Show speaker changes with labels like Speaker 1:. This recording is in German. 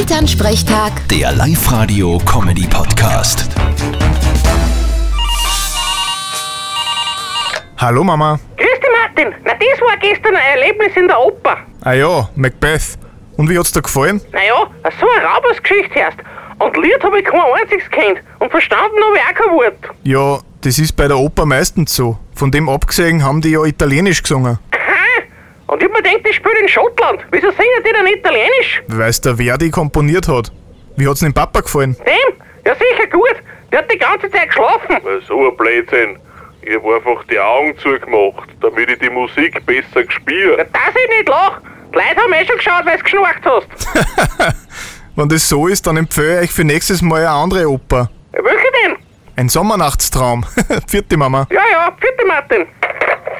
Speaker 1: Elternsprechtag,
Speaker 2: Der Live-Radio-Comedy-Podcast.
Speaker 3: Hallo Mama.
Speaker 4: Grüß dich, Martin. Na, das war gestern ein Erlebnis in der Oper.
Speaker 3: Ah ja, Macbeth. Und wie hat's dir gefallen?
Speaker 4: Naja, so eine Raubersgeschichte erst. Und Lied habe ich kein einziges kennt. Und verstanden habe ich auch kein Wort.
Speaker 3: Ja, das ist bei der Oper meistens so. Von dem abgesehen haben die ja Italienisch gesungen.
Speaker 4: Hä? Und ich hab mir gedacht, ich spiele in Schottland. Wieso singen die denn Italienisch?
Speaker 3: Weil's der Verdi komponiert hat. Wie hat's dem Papa gefallen?
Speaker 4: Dem? Ja, sicher gut. Der hat die ganze Zeit geschlafen.
Speaker 5: So ein Blödsinn. Ich hab einfach die Augen zugemacht, damit ich die Musik besser
Speaker 4: Ja,
Speaker 5: gespielt.
Speaker 4: dass ich nicht lach. Die Leute haben eh schon geschaut, weil du geschnarcht hast.
Speaker 3: Wenn das so ist, dann empfehle ich euch für nächstes Mal eine andere Oper.
Speaker 4: Ja, Welche denn?
Speaker 3: Ein Sommernachtstraum. Vierte Mama.
Speaker 4: Ja, ja, bitte, Martin.